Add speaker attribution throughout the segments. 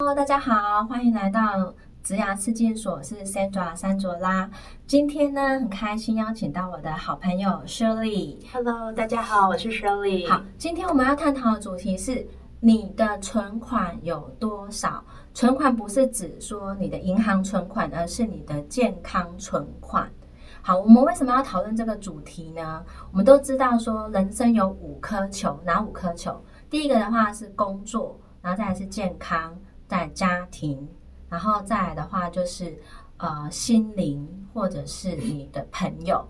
Speaker 1: Hello，大家好，欢迎来到植牙刺激所，是 Sandra 山卓拉。今天呢，很开心邀请到我的好朋友 Shirley。
Speaker 2: Hello，大家好，我是 Shirley。
Speaker 1: 好，，今天我们要探讨的主题是你的存款有多少？存款不是指说你的银行存款，而是你的健康存款。好，我们为什么要讨论这个主题呢？我们都知道说人生有五颗球，哪五颗球？第一个的话是工作，然后再来是健康，再来家庭，然后再来的话就是呃心灵或者是你的朋友。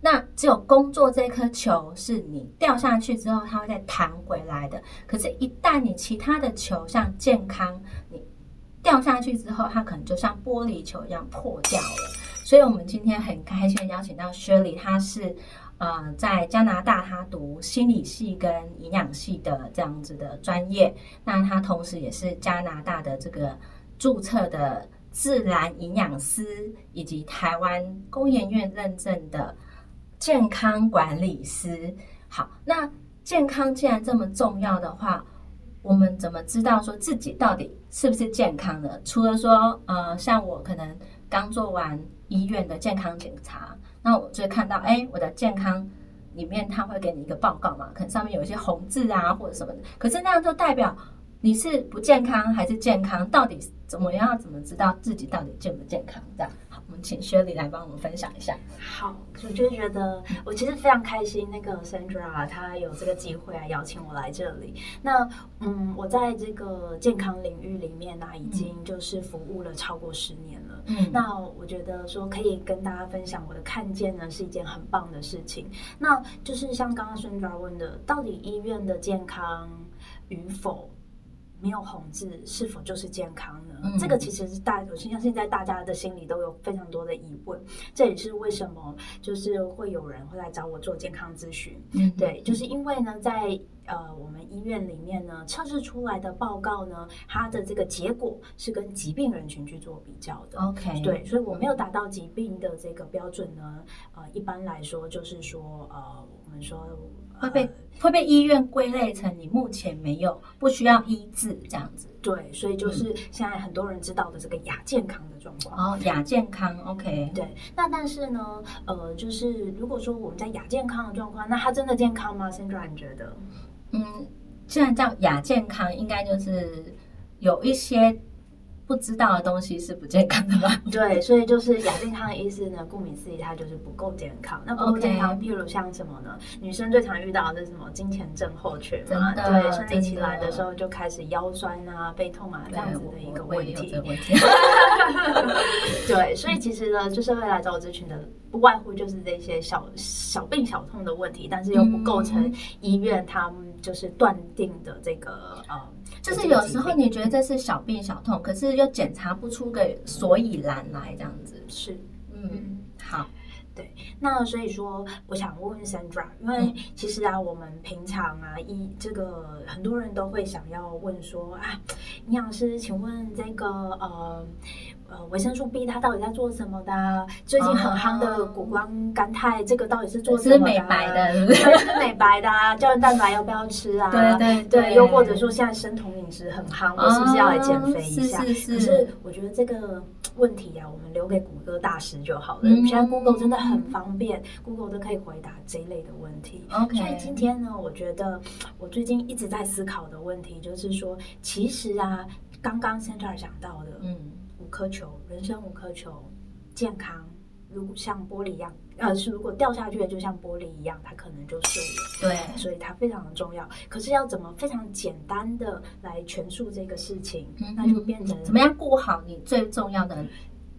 Speaker 1: 那只有工作这颗球是你掉下去之后，它会再弹回来的。可是，一旦你其他的球，像健康，你掉下去之后，它可能就像玻璃球一样破掉了。所以，我们今天很开心的邀请到 Shirley，她是呃在加拿大，她读心理系跟营养系的这样子的专业。那她同时也是加拿大的这个注册的自然营养师，以及台湾工研院认证的。健康管理师。好，那健康既然这么重要的话，我们怎么知道说自己到底是不是健康的？除了说，呃，像我可能刚做完医院的健康检查，那我就会看到，哎，我的健康里面它会给你一个报告嘛，可能上面有一些红字啊或者什么的，可是那样就代表你是不健康还是健康？到底怎么样怎么知道自己到底健不健康？这样，好，我们请薛丽来帮我们分享一下。
Speaker 2: 好，我就觉得我其实非常开心，那个 Sandra 她有这个机会啊，邀请我来这里。那嗯，我在这个健康领域里面呢、啊已经就是服务了超过十年了。
Speaker 1: 嗯
Speaker 2: 那我觉得说可以跟大家分享我的看见呢，是一件很棒的事情。那就是像刚刚 Sandra 问的，到底医院的健康与否？没有红字，是否就是健康呢？
Speaker 1: 嗯
Speaker 2: 这个其实是大，我相信在大家的心里都有非常多的疑问。这也是为什么就是会有人会来找我做健康咨询，
Speaker 1: 嗯，
Speaker 2: 对，就是因为呢，在呃我们医院里面呢，测试出来的报告呢，它的这个结果是跟疾病人群去做比较的。
Speaker 1: OK，，
Speaker 2: 对，所以我没有达到疾病的这个标准呢，呃，一般来说就是说，呃，我们说呃
Speaker 1: 会被会被医院归类成你目前没有不需要医治这样子。
Speaker 2: 对，所以就是现在很多人知道的这个亚健康的状况。
Speaker 1: 哦，亚健康，OK，
Speaker 2: 对，那但是呢，呃，就是如果说我们在亚健康的状况，那他真的健康吗？Sandra，你觉得？
Speaker 1: 嗯，既然叫亚健康，应该就是有一些不知道的东西是不健康的吧？
Speaker 2: 对，所以就是亚健康的意思呢，顾名思义，它就是不够健康。那不够
Speaker 1: OK
Speaker 2: 健康，譬如像什么呢？女生最常遇到的是什么？金钱症候群嘛，
Speaker 1: 真的
Speaker 2: 对，生理期
Speaker 1: 真的
Speaker 2: 来的时候就开始腰酸啊、背痛啊这样子的一个
Speaker 1: 我我
Speaker 2: 问
Speaker 1: 也有
Speaker 2: 题
Speaker 1: 这。个问题。
Speaker 2: 对，所以其实呢，就是会来找我咨询的，不外乎就是这些小小病小痛的问题，但是又不构成
Speaker 1: 嗯
Speaker 2: 医院他们就是断定的这个呃，
Speaker 1: 就是
Speaker 2: 这个
Speaker 1: 有
Speaker 2: 疾
Speaker 1: 时候
Speaker 2: 病
Speaker 1: 你觉得这是小病小痛，可是又检查不出个所以然来，这样子。
Speaker 2: 是
Speaker 1: 嗯，好，
Speaker 2: 那所以说，我想问问 Sandra，因
Speaker 1: 嗯
Speaker 2: 为其实啊，我们平常啊，一这个很多人都会想要问说啊，营养师，请问这个呃呃维生素 B 它到底在做什么的啊、最近很夯的
Speaker 1: 哦
Speaker 2: 谷胱甘肽，这个到底是做什
Speaker 1: 是
Speaker 2: 么
Speaker 1: 美
Speaker 2: 的、啊？
Speaker 1: 白，的，对 不对
Speaker 2: 对，是美白的啊，胶原蛋白要不要吃啊？
Speaker 1: 对对哦
Speaker 2: 对，又或者说现在生酮饮食很夯，我是不是要来减肥一下？
Speaker 1: 哦是是是
Speaker 2: 可是我觉得这个问题啊呀、我们留给谷歌大师就好了。
Speaker 1: 嗯
Speaker 2: 现在 Google 真的很方便、g o o g l e 都可以回答这一类的问题。
Speaker 1: ？OK，
Speaker 2: 啊 所以今天呢，我觉得我最近一直在思考的问题就是说，其实啊，刚刚 Sandra 讲到的
Speaker 1: 嗯。
Speaker 2: 五颗球，人生五颗球，健康，如果像玻璃一样，呃，是如果掉下去的就像玻璃一样，它可能就碎了。
Speaker 1: 对，
Speaker 2: 所以它非常的重要。可是要怎么非常简单的来诠述这个事情，
Speaker 1: 嗯
Speaker 2: 那就变成
Speaker 1: 怎么样顾好你最重要的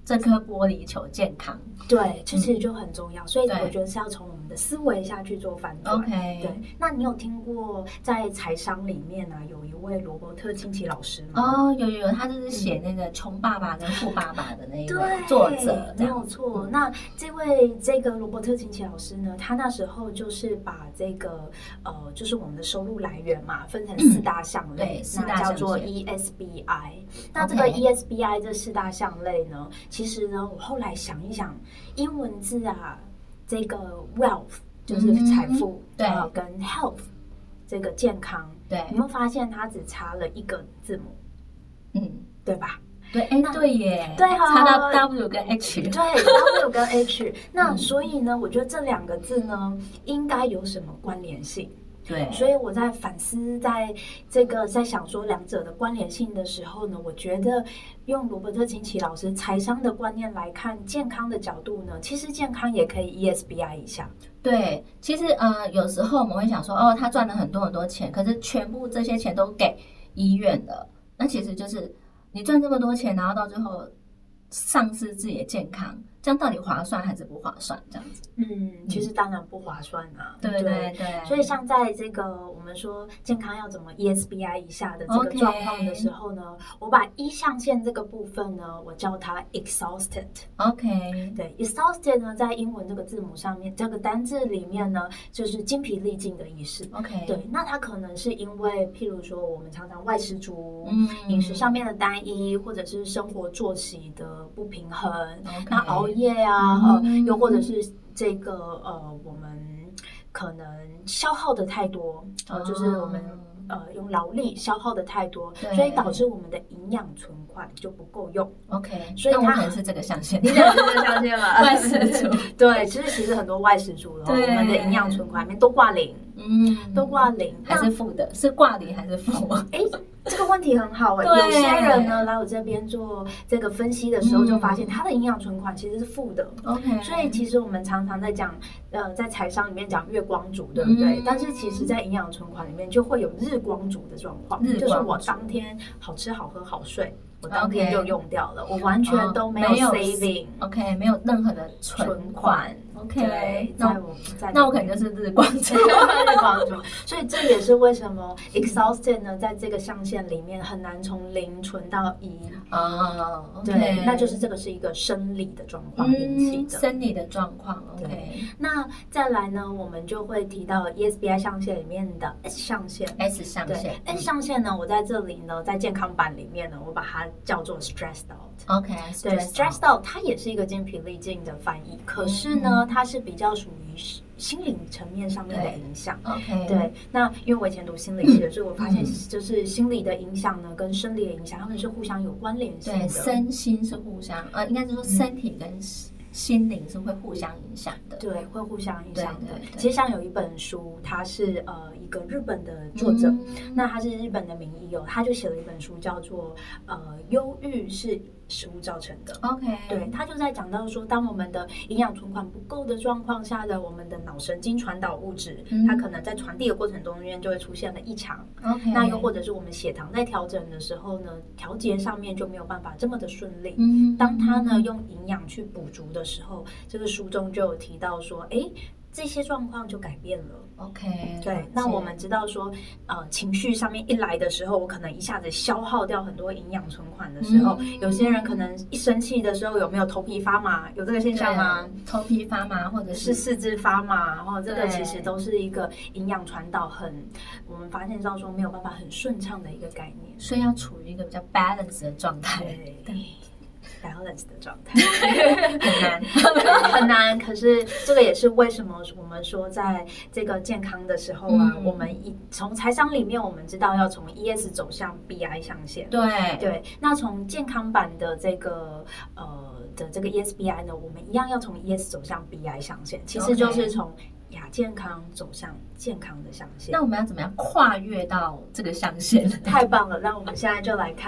Speaker 1: 这颗玻璃球健康
Speaker 2: 对，这其实就很重要。所以
Speaker 1: 对
Speaker 2: 我觉得是要从我们的思维下去做反转。
Speaker 1: ？OK，
Speaker 2: 对，那你有听过在财商里面啊，有一位罗伯特清崎老师吗？
Speaker 1: 哦，有有有，他就是写那个《穷爸爸跟富爸爸》的那一位
Speaker 2: 嗯对，
Speaker 1: 作者，这
Speaker 2: 没
Speaker 1: 样嗯
Speaker 2: 有错。那这位这个罗伯特清崎老师呢，他那时候就是把这个呃，就是我们的收入来源嘛，分成四大项类，
Speaker 1: 嗯对四大
Speaker 2: 那叫
Speaker 1: 项
Speaker 2: 做 E
Speaker 1: 是
Speaker 2: ESBI。那这个 E
Speaker 1: OK
Speaker 2: ESBI 这四大项类呢，其实呢，我后来想一想，英文字啊，这个 wealth
Speaker 1: 嗯
Speaker 2: 就是财富，
Speaker 1: 对
Speaker 2: 呃跟 health 这个健康，
Speaker 1: 对
Speaker 2: 你，有没有发现它只差了一个字母？
Speaker 1: 嗯，
Speaker 2: 对吧？
Speaker 1: 对，哎，
Speaker 2: 那
Speaker 1: 对耶，
Speaker 2: 对哦
Speaker 1: 差到 W 跟 H，
Speaker 2: 对 W 跟 H，那
Speaker 1: 嗯
Speaker 2: 所以呢，我觉得这两个字呢，应该有什么关联性？
Speaker 1: 对，
Speaker 2: 所以我在反思，在这个在想说两者的关联性的时候呢，我觉得用罗伯特清崎老师财商的观念来看健康的角度呢，其实健康也可以 E ESBI 一下。
Speaker 1: 对，其实呃，有时候我们会想说，哦，他赚了很多很多钱，可是全部这些钱都给医院了，那其实就是你赚这么多钱，然后到最后丧失自己的健康，这样到底划算还是不划算？这样子，
Speaker 2: 嗯，其实当然不划算啊。
Speaker 1: 对对对，
Speaker 2: 所以，像在这个我们说健康要怎么 E ESBI 以下的这个
Speaker 1: OK
Speaker 2: 状况的时候呢我把一象限这个部分呢，我叫它 exhausted。
Speaker 1: OK，
Speaker 2: 对，exhausted 呢，在英文这个字母上面，这个单字里面呢，就是精疲力尽的意思。
Speaker 1: OK，
Speaker 2: 对，，那它可能是因为，譬如说我们常常外食族，
Speaker 1: 嗯，
Speaker 2: 饮食上面的单一，或者是生活作息的不平衡，
Speaker 1: OK，
Speaker 2: 那熬夜啊，呃
Speaker 1: 嗯，
Speaker 2: 又或者是这个呃，我们可能消耗的太多，呃，就是我们。
Speaker 1: 哦
Speaker 2: 呃，用劳力消耗的太多，
Speaker 1: 对
Speaker 2: 所以导致我们的营养存款就不够 用。
Speaker 1: OK，
Speaker 2: 所以
Speaker 1: 那我
Speaker 2: 它
Speaker 1: 可能是这个象限，
Speaker 2: 你想是这相信 吗？
Speaker 1: 外食 族，
Speaker 2: 对，其实其实很多外食族哦，我
Speaker 1: 对
Speaker 2: 们的营养存款里面都挂零，
Speaker 1: 嗯，
Speaker 2: 都挂零，
Speaker 1: 还是负的，是挂零还是负？
Speaker 2: 哎，这个问题很好哎、
Speaker 1: 对
Speaker 2: 有些人呢来我这边做这个分析的时候，
Speaker 1: 嗯
Speaker 2: 就发现他的营养存款其实是负的。
Speaker 1: OK，
Speaker 2: 所以其实我们常常在讲，呃，在财商里面讲月光族，对不对？
Speaker 1: 嗯
Speaker 2: 但是其实，在营养存款里面就会有日光族的状况，
Speaker 1: 日光族
Speaker 2: 就是我当天好吃好喝好睡，我当天
Speaker 1: OK
Speaker 2: 就用掉了，我完全
Speaker 1: 哦
Speaker 2: 都没有
Speaker 1: 嗯没有
Speaker 2: saving、
Speaker 1: OK，没有任何的
Speaker 2: 存
Speaker 1: 存款
Speaker 2: 款。。
Speaker 1: OK，
Speaker 2: 对，
Speaker 1: 那
Speaker 2: 在
Speaker 1: 我
Speaker 2: 我在
Speaker 1: 那我可能就是日光族。
Speaker 2: 日光族， 所以这也是为什么 exhausted 呢，在这个象限里面很难从零存到一。
Speaker 1: 哦，OK，
Speaker 2: 对，那就是这个是一个生理的状况引起
Speaker 1: 嗯
Speaker 2: 的。
Speaker 1: 生理的状况。OK，S
Speaker 2: 那再来呢，我们就会提到 E ESBI 象限里面的 S 象限。
Speaker 1: 象
Speaker 2: 对哎
Speaker 1: 限。
Speaker 2: ，S 象限呢，我在这里呢，在健康版里面呢，我把它叫做 stressed out。
Speaker 1: OK，
Speaker 2: 对，stressed out 它也是一个精疲力尽的翻译，可是呢，它是比较属于心心灵层面上面的
Speaker 1: 嗯对
Speaker 2: 影响。
Speaker 1: OK，
Speaker 2: 对，那因为我以前读心理学，所以我发现
Speaker 1: 嗯
Speaker 2: 就是心理的影响呢，跟生理的影响，它们是互相有关联性
Speaker 1: 对，
Speaker 2: 的。嗯
Speaker 1: 身心是互相，呃，应该是说身体跟心灵是会互相影响的。
Speaker 2: 对，会互相影响的
Speaker 1: 对对。对
Speaker 2: 其实像有一本书，它是呃一个日本的作者，
Speaker 1: 嗯
Speaker 2: 那他是日本的名医哦，他就写了一本书叫做呃忧郁是食物造成的。
Speaker 1: OK，
Speaker 2: 对，他就在讲到说，当我们的营养存款不够的状况下的，我们的脑神经传导物质，
Speaker 1: 嗯
Speaker 2: 它可能在传递的过程中间就会出现了异常。
Speaker 1: ，OK，
Speaker 2: 那又或者是我们血糖在调整的时候呢，调节上面就没有办法这么的顺利。
Speaker 1: 嗯
Speaker 2: 当他呢用营养去补足的时候，这个书中就有提到说，诶，这些状况就改变了。
Speaker 1: ，OK，
Speaker 2: 对，那我们知道说，呃，情绪上面一来的时候，我可能一下子消耗掉很多营养存款的时候，
Speaker 1: 嗯
Speaker 2: 有些人可能一生气的时候，有没有头皮发麻？有这个现象吗？
Speaker 1: 对啊头皮发麻或者
Speaker 2: 是
Speaker 1: 是
Speaker 2: 四肢发麻，然后这个
Speaker 1: 对
Speaker 2: 其实都是一个营养传导很，我们发现到说没有办法很顺畅的一个概念。
Speaker 1: 所以要处于一个比较 balance 的状态，
Speaker 2: 对。balance 的状态
Speaker 1: 很难。
Speaker 2: 很难，可是这个也是为什么我们说在这个健康的时候啊，
Speaker 1: 嗯
Speaker 2: 我们一从财商里面，我们知道要从 ES 走向 BI 象限。
Speaker 1: 对
Speaker 2: 对，那从健康版的这个呃的这个 ESBI 呢，我们一样要从 ES 走向 BI 象限，其实
Speaker 1: OK
Speaker 2: 就是从亚健康走向健康的象限
Speaker 1: 那。我们要怎么样跨越到这个象限？
Speaker 2: 太棒了，那我们现在就来看